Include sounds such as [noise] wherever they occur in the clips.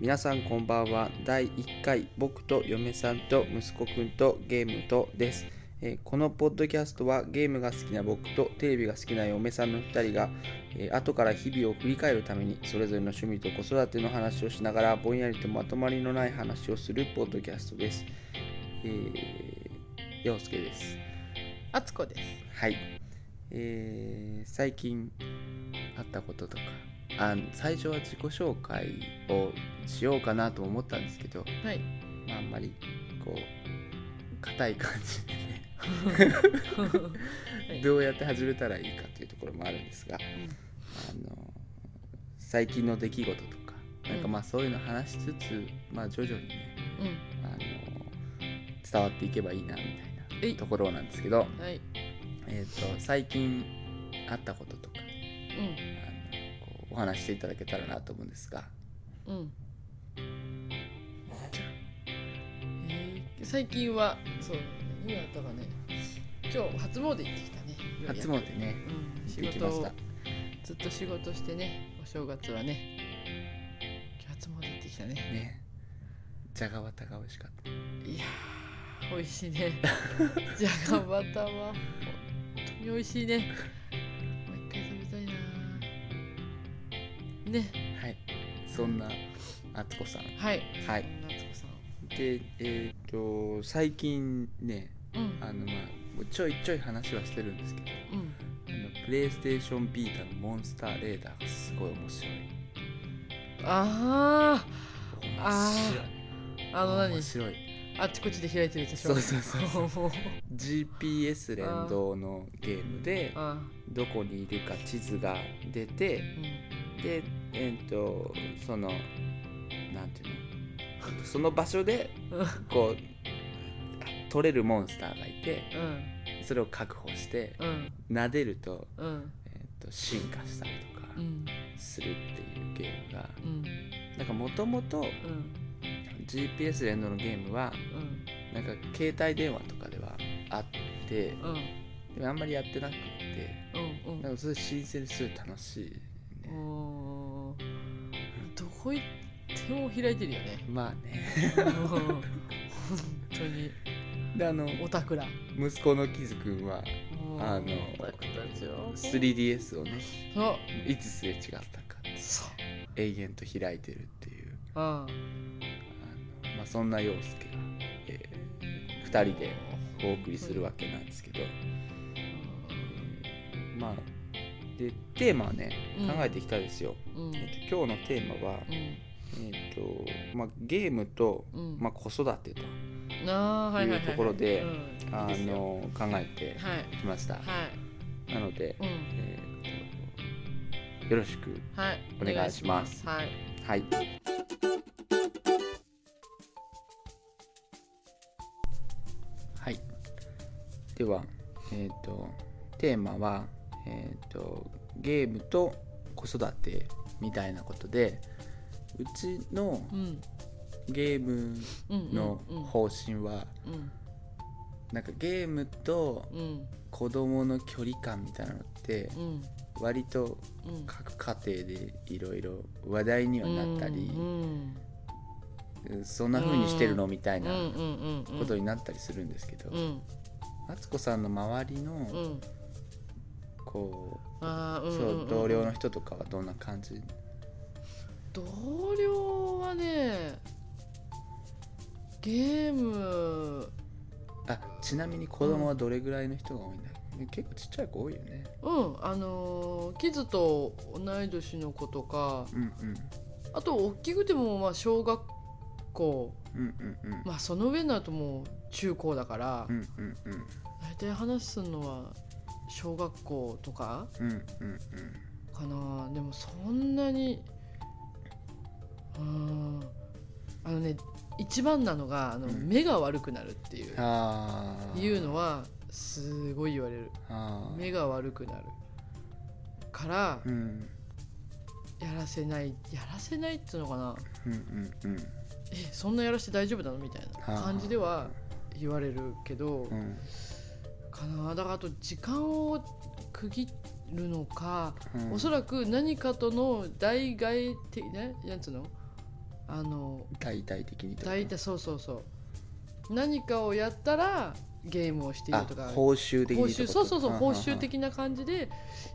皆さんこんばんは第1回僕と嫁さんと息子くんとゲームとです、えーこのポッドキャストはゲームが好きな僕とテレビが好きな嫁さんの2人が、えー後から日々を振り返るためにそれぞれの趣味と子育ての話をしながらぼんやりとまとまりのない話をするポッドキャストですえー、陽介ですあつこです。はい、えー最近あったこととかあ最初は自己紹介をしようかなと思ったんですけど、 [laughs] はい。まあ、あんまりこう硬い感じでねはいどうやって始めたらいいかっていうところもあるんですがあの最近の出来事とかなんかまあそういうの話しつつ、まあ、徐々にねうあの伝わっていけばいいなみたえいいなところなんですけど、ん。はい。えー、と最近あったこととかうあのこうお話ししていただけたらなと思うんですがん。うん。えー最近は、そう、何があったかね。今日初詣行ってきたね。初ようや詣ねく。うん。仕してきま事しをたずっと仕事してね、お正月はね。今日初詣行ってきたね。ねじゃがバタが美味しかっいやー、美味し [laughs] いね。じゃがバターは、本当に美味しいね。もう一回食べたいなー。ね。たはいそんなあつこさんはい。はい。夏子さん。でえっ、と最近ねうん。あのまあちょいちょい話はしてるんですけどうん。あのプレイステーションビータのモンスターレーダーがすごい面白いあ面白ああ。あのい何面、白いあっちこっちで開いてるでしそょ。うそうそうそう GPS 連動のゲームで [laughs] あどこにいるか地図が出てー、うん。でえっ、とそのなんていうのその場所でうんこう取れるモンスターがいてうん。それを確保してうん。撫でると,、うん。えー、と進化したりとかうん。するっていうゲームがうん。なんかもともとうん。 GPS 連動のゲームはうん。なんか携帯電話とかではあってうん。でもあんまりやってなくってうん。うんなんかそれ新鮮ですごい楽しい、ね、おーどこ行っても開いてるよね。まあねうん本当に。であのオタクら。息子のキズくんはもうあのオタクたちは 3DS をねそう。いつすれ違ったかそう。永遠と開いてるっていうああの、まあ、そんな陽介が、えー、2人でお送りするわけなんですけど、まあでテーマはねうん考えてきたんですよ、うん。うんえっと、今日のテーマは、えっとまあ、ゲームと、うん。まあ、子育てとあーはいはいはいいうところでうんあいいですよの考えてはいきました、はいなので、うんえー、とよろしくはいお願いしますはいはいはいではえっ、とテーマはえっ、とゲームと子育てみたいなことでうちのうんゲームうんのうん方針はうんなんかゲームとうん子供の距離感みたいなのってうん割とうん各家庭でいろいろ話題にはなったり、うんそんな風にしてるのみたいうんなうんうんうんことになったりするんですけどうん敦子さんの周りうのんこあーううそんうんうんう同僚の人とかはどんな感じ同僚はねゲームあちなみに子供はどれぐらいの人が多いんだ結構ちっちゃい子多いよねうんあのーキズと同い年の子とかうんあと大きくてもまあ小学校うんうんうんうんまあその上になるともう中高だから、うんうんうん大体話すのは小学校とかうんうんかなでもそんなにうーんあのね一番なのがあの、うん目が悪くなるっていううんああいうのはすごい言われるあー目が悪くなるからうんやらせないやらせないっていうのかなうんうんうんえそんなやらして大丈夫なのみたいな感じでは言われるけど、うんかなだからあと時間を区切るのか、うんおそらく何かとの代替的ねなんつうのあの大体的にとか大体そうそうそう何かをやったらゲームをしているあとか報酬的報にって酬ことそうそうそうはあ報はあ酬的な感じで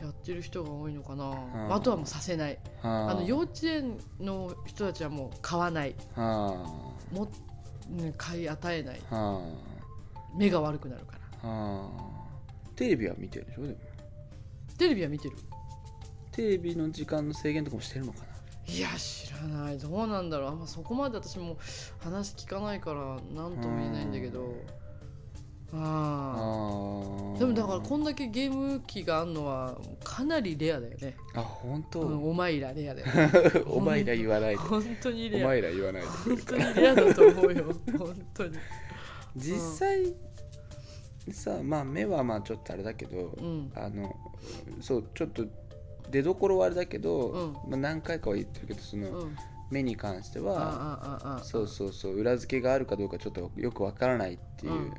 やってる人が多いのかなああとはもうさせないはああの幼稚園の人たちはもう買わないはもね買い与えないあは目が悪くなるからあはあテレビは見てるでしょでもテレビは見てるテレビの時間の制限とかもしてるのかないや知らないどうなんだろうあんまそこまで私も話聞かないから何とも言えないんだけどああああでもだからこんだけゲーム機があんのはかなりレアだよねあ本当、うんお前らレアだよ [laughs] お前ら言わないで本当に [laughs] おレア前ら言わないで本当にレアだと思うよ本当に実際さまあ目はまあちょっとあれだけどうんあのそうちょっと出どころはあれだけど、うんまあ、何回かは言ってるけどその、うん目に関してああはあああそうそうそう裏付けがあるかどうかちょっとよくわからないっていううんうん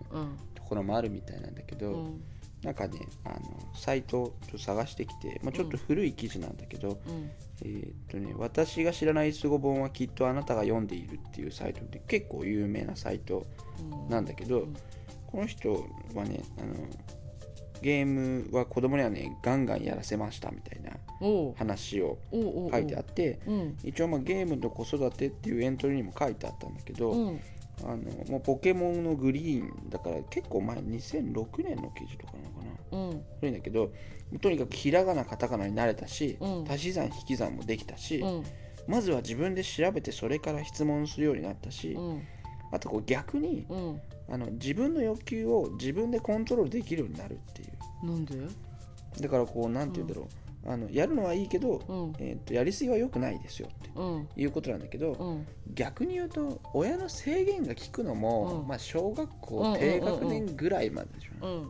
ところもあるみたいなんだけど、うんなんかねあのサイトをちょっと探してきて、まあ、ちょっと古い記事なんだけど、うんえーっとね、私が知らないスゴ本はきっとあなたが読んでいるっていうサイトで結構有名なサイトうんなんだけど、うんこの人はねあのゲームは子供にはねガンガンやらせましたみたいなおう話をおうおうおう書いてあってうん一応まあゲームと子育てっていうエントリーにも書いてあったんだけど、うんあのもうポケモンのグリーンだから結構前2006年の記事とかなのかなうん古いんだけどとにかくひらがなカタカナに慣れたし、うん足し算引き算もできたし、うんまずは自分で調べてそれから質問するようになったし、うんあとこう逆にうんあの自分の欲求を自分でコントロールできるようになるっていうなんでだからこうなんて言うんだろう、あのやるのはいいけど、うんえー、とやりすぎは良くないですよってうんいうことなんだけど、うん逆に言うと親の制限が効くのも、うんまあ、小学うんうん校うんうん低学年ぐらいまででしょ、うん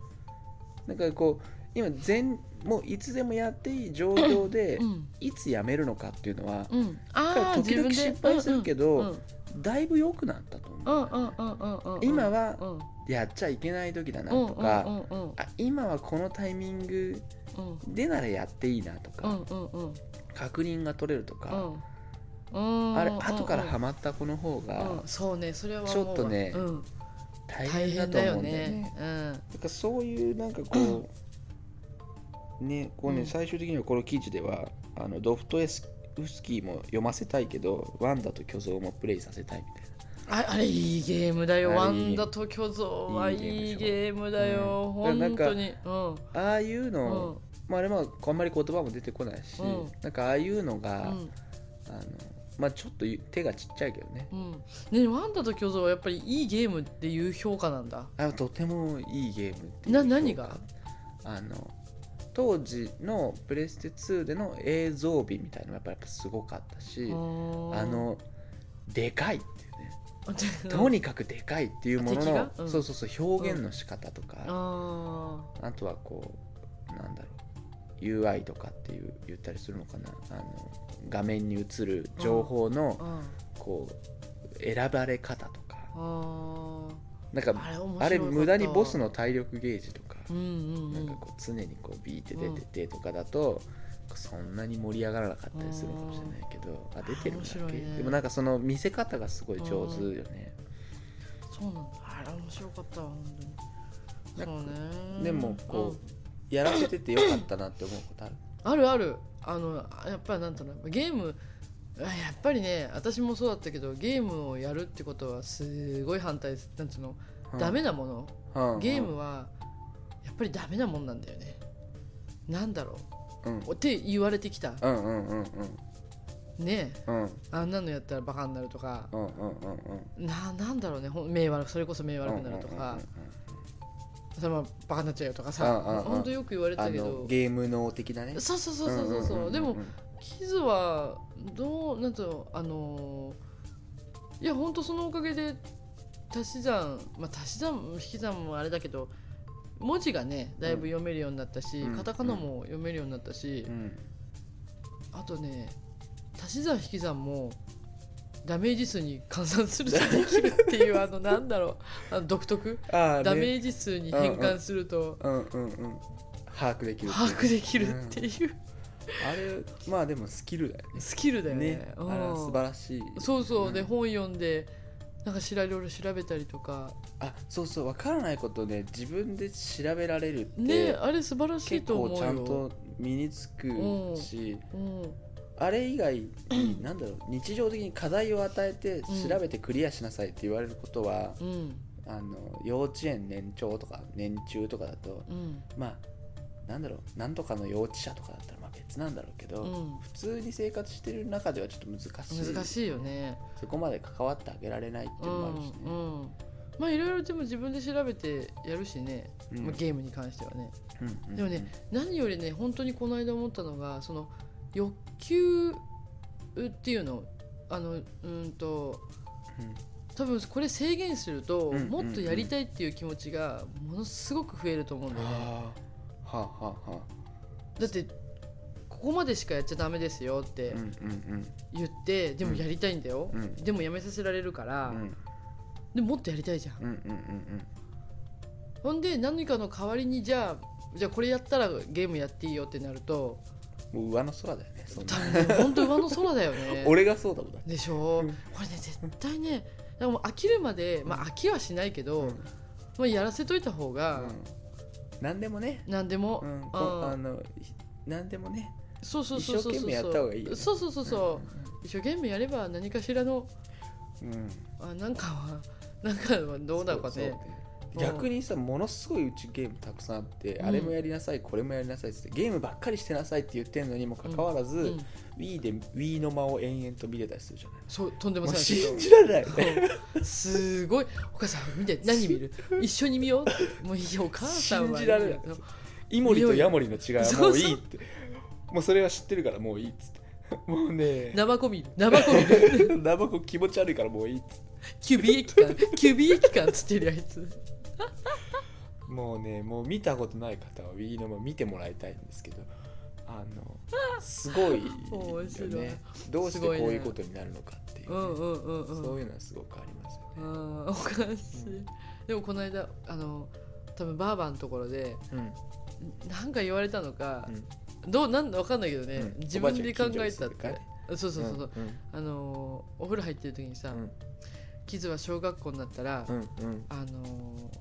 だからこう今全もういつでもやっていい状況で、うんいつやめるのかっていうのは、うんああ時自々分で失敗するけどうんうんだいぶ良くなったと思う、うんうんうんうんうんうん今はうんやっちゃいけない時だなうんとか、うんうんあ今はこのタイミングうんでならやっていいなとか、うんうんうん確認が取れるとか、うんあれうんうんうん後からハマった子の方うがんそうねそれはちょっとねもううん大変大だ変とだよ思うんだよね。ねうんなんかそういうなんかこ [clears throat] う、ねこうね、うん最終的にはこの記事ではあのドフトエスウスキーも読ませたいけどワンダと巨像もプレイさせたいみたいああれいいゲームだよあワれいいンダと巨像はいいゲームだいよいゲーム本でしょ当にうんなああいううの、んまあ、あれまああんまり言葉も出てこないし、うんなんかああいうのが、うんあのまあちょっと手がちっちゃいけどねうんねワンダと巨像はやっぱりいいゲームっていう評価なんだあとてもいいゲームっていうな評価何があの当時のプレステ2での映像美みたいなのがやっぱやっぱすごかったし、ああのでかいっていうねと何にかくでかいっていうもの敵のが、うんそうそうそう表現の仕方とか、ああとはこうなんだろう UI とかっていう言ったりするのかなあの画面に映る情報のーあこう選ばれ方とかーあなんーあかれ面白いあれ無駄にボスの体力ゲージとかうんうんなんかこう常にこうビーって出ててとかだと、そんなに盛り上がらなかったりするかもしれないけどあ出てるんだっ面け、白いねでもなんかその見せ方がすごい上手よね、そうなんだあれ面白かったわ本当にそうねでもこんうやらせててよかったなって思うことあるあるあるあのやっぱりなんだろうゲームあやっぱりね私もそうだったけどゲームをやるってことはすごい反対ですなんつうの、ダメなものうん、うんゲームはやっぱりダメなもんなんだよねなんだろうんうって言われてきたうんうんうんねえうんうんあんなのやったらバカになるとかうんうんうんうんななんだろうねほん迷惑それこそ迷惑になるとか、そのままバカになっちゃうよとかさ、うんうんうんほんとよく言われてあたけのどゲーム能的なねそうそうそうそうそう,、んんんんでもキズはどうなんとあのーいやほんとそのおかげで足し算まあ足し算も引き算もあれだけど文字がねだいぶ読めるようになったし、うんカタカナも読めるようになったし、うんあとね足し算引き算もダメージ数に換算するとできるっていうあのなんだろ [laughs] うあの独特ああダメージ数に変換するとうんうんうん把握できる把握できるっていう、あれまあでもスキルだよスキルだねよねうんあれは素晴らしいそうそう、うんで本読んでなんか知らいろいろ調べたりとかあそうそう分からないことで自分で調べられるって、ねあれ素晴らしい結と思構うよちゃんと身につくし、うん、あれ以外に何だ [clears throat] ろう日常的に課題を与えてうん調べてクリアしなさいって言われることは、うんあの幼稚園年長とか年中とかだとうんまあなんだろうなんとかの幼稚舎とかだったらまあ別なんだろうけど、うん普通に生活してる中ではちょっと難しい難しいよねそこまで関わってあげられないっていうのもあるしね、うんうん、まあいろいろでも自分で調べてやるしね、うんまあ、ゲームに関してはねうんうんでもね何よりね本当にこの間思ったのがその欲求っていうのあのうんとうん多分これ制限すると、うんうんうんもっとやりたいっていう気持ちがものすごく増えると思うんだよね。はあはあはあはあだってここまでしかやっちゃダメですよってうんうん言って、でもやりたいんだよ、うんでもやめさせられるから、うんうんでももっとやりたいじゃん、うんうんうんほんで何かの代わりにじゃあじゃあこれやったらゲームやっていいよってなるとうんもう上の空だよねそんな多分ね本当上の空だよね [laughs] 俺がそうだもんだってでしょ、うんこれね絶対ねでも飽きるまで、まあ、飽きはしないけど、うんまあ、やらせといた方うがん何でもね、何でも、うん、こああのひ何でもねそうそうそうそう一生懸命やった方がいいよねそうそうそうそう、一生懸命やれば何かしらのうん、うんあなんかはなんかはどうなのかそそねうん逆にさものすごいうちゲームたくさんあって、うんあれもやりなさいこれもやりなさいっつってゲームばっかりしてなさいって言ってんのにもかかわらず、うん Wii で Wii の間を延々と見れたりするじゃないそうとんでももうないけど信じられないうんすごいお母さん見て何 [laughs] 見る一緒に見ようってもういいよお母さん信はじられないイモリとヤモリの違いはもういいってもうそれは知ってるからもういいっつって [laughs] もうね [laughs] ナバコ見るナバコ見るナバコ気持ち悪いからもういいっつってキュビエ期間キュビエ期間つってるやつもうねもう見たことない方は Wii の間見てもらいたいんですけどあ [laughs] のすごいよ面白いねどうしてすこうごいねいうことになるのかっていううね、んうんうんうんそういうのはすごくありますよねうんおかしい、でもこの間あの多分バーバンのところでうんなんか言われたのかう、んどうなんわかんないけどね、うん自分で考えたっおばあちゃん近所に住んでるからてねそうそうそうそう、うんあのお風呂入ってる時にさ、うんキズは小学校になったら、うんうんあの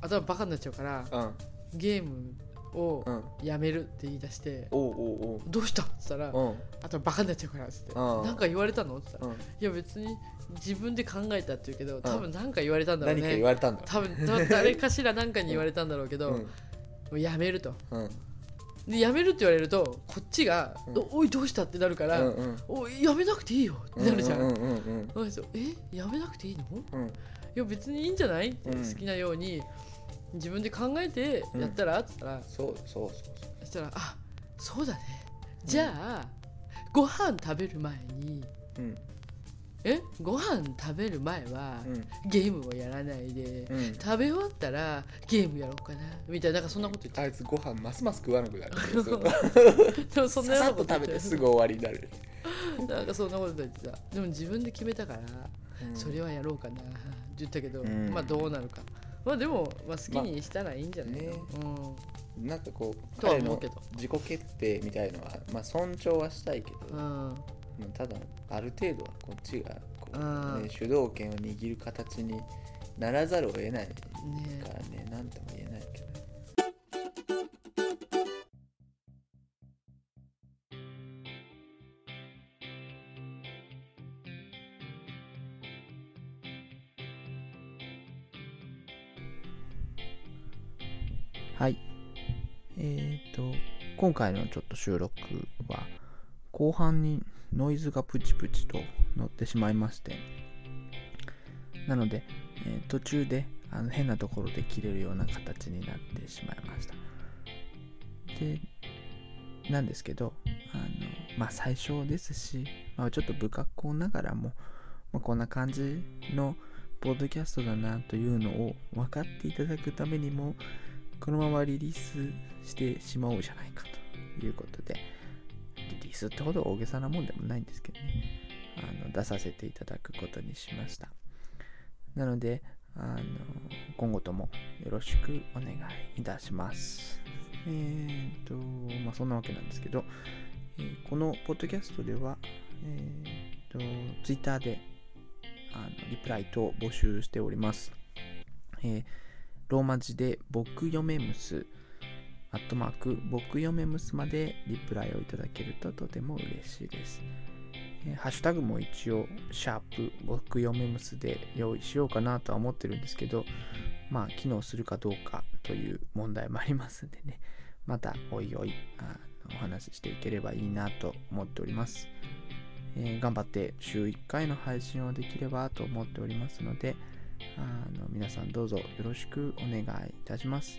頭バカになっちゃうからうんゲームをうんやめるって言い出しておうおう「どうした?」って言ったらおう「頭バカになっちゃうから」っつって「うんなんか言われたの?」って言ったらうんうん「いや別に自分で考えた」って言うけど多分なんか言われたんだろう何か言ねわれたんだ多分だ誰かしら何かに言われたんだろうけど、もんうやめるとうんでやめるって言われるとこっちが「うんどおいどうした?」ってなるから「うんうんおいやめなくていいよ」ってなるじゃん。うんうんうんそうですよえやめなくていいのうんうんいや別にいいんじゃないって、うん好きなように自分で考えてやったら、って言ったらそうそうそうそしたら「あそうだねじゃあ、ご飯食べる前にそううんえご飯食べる前は、うんゲームをやらないで、うん食べ終わったらゲームやろうかな」みたいななんかそんなこと言ってあいつご飯ますます食わなくなるんですよでもそ [laughs] んさなようさなっこと食と言っべててすぐ終わりになるなんかそんなこと言ってたでも自分で決めたから、それはやろうかなって [laughs] 言ったけど、うんまあどうなるかまあでも、まあ、好きにしたらいいんじゃないの、うんなんかこうとは彼思うのけど、自己決定みたいのはまあ尊重はしたいけどうん、まあただある程度はこっちがこううねん主導権を握る形にならざるを得ないねからねなんとも言えないけどはいえっ、と今回のちょっと収録は後半にノイズがプチプチと乗ってしまいましてなので、えー途中であの変なところで切れるような形になってしまいましたでなんですけどあのまあ最初ですし、まあ、ちょっと不格好ながらも、まあ、こんな感じのポッドキャストだなというのを分かっていただくためにもこのままリリースしてしまおうじゃないかということでリリースってほど大げさなもんでもないんですけどねあの出させていただくことにしましたなのであの今後ともよろしくお願いいたしますえーとまあ、そんなわけなんですけど、えーこのポッドキャストでは、えー、と Twitter であのリプライと募集しております、えーローマ字で「僕嫁むす」アットマーク「僕嫁むす」までリプライをいただけるととても嬉しいです、えーハッシュタグも一応「シャープ僕嫁むす」で用意しようかなとは思ってるんですけどまあ機能するかどうかという問題もありますんでねまたおいおいあのお話ししていければいいなと思っております、えー頑張って週1回の配信をできればと思っておりますのであの皆さんどうぞよろしくお願いいたします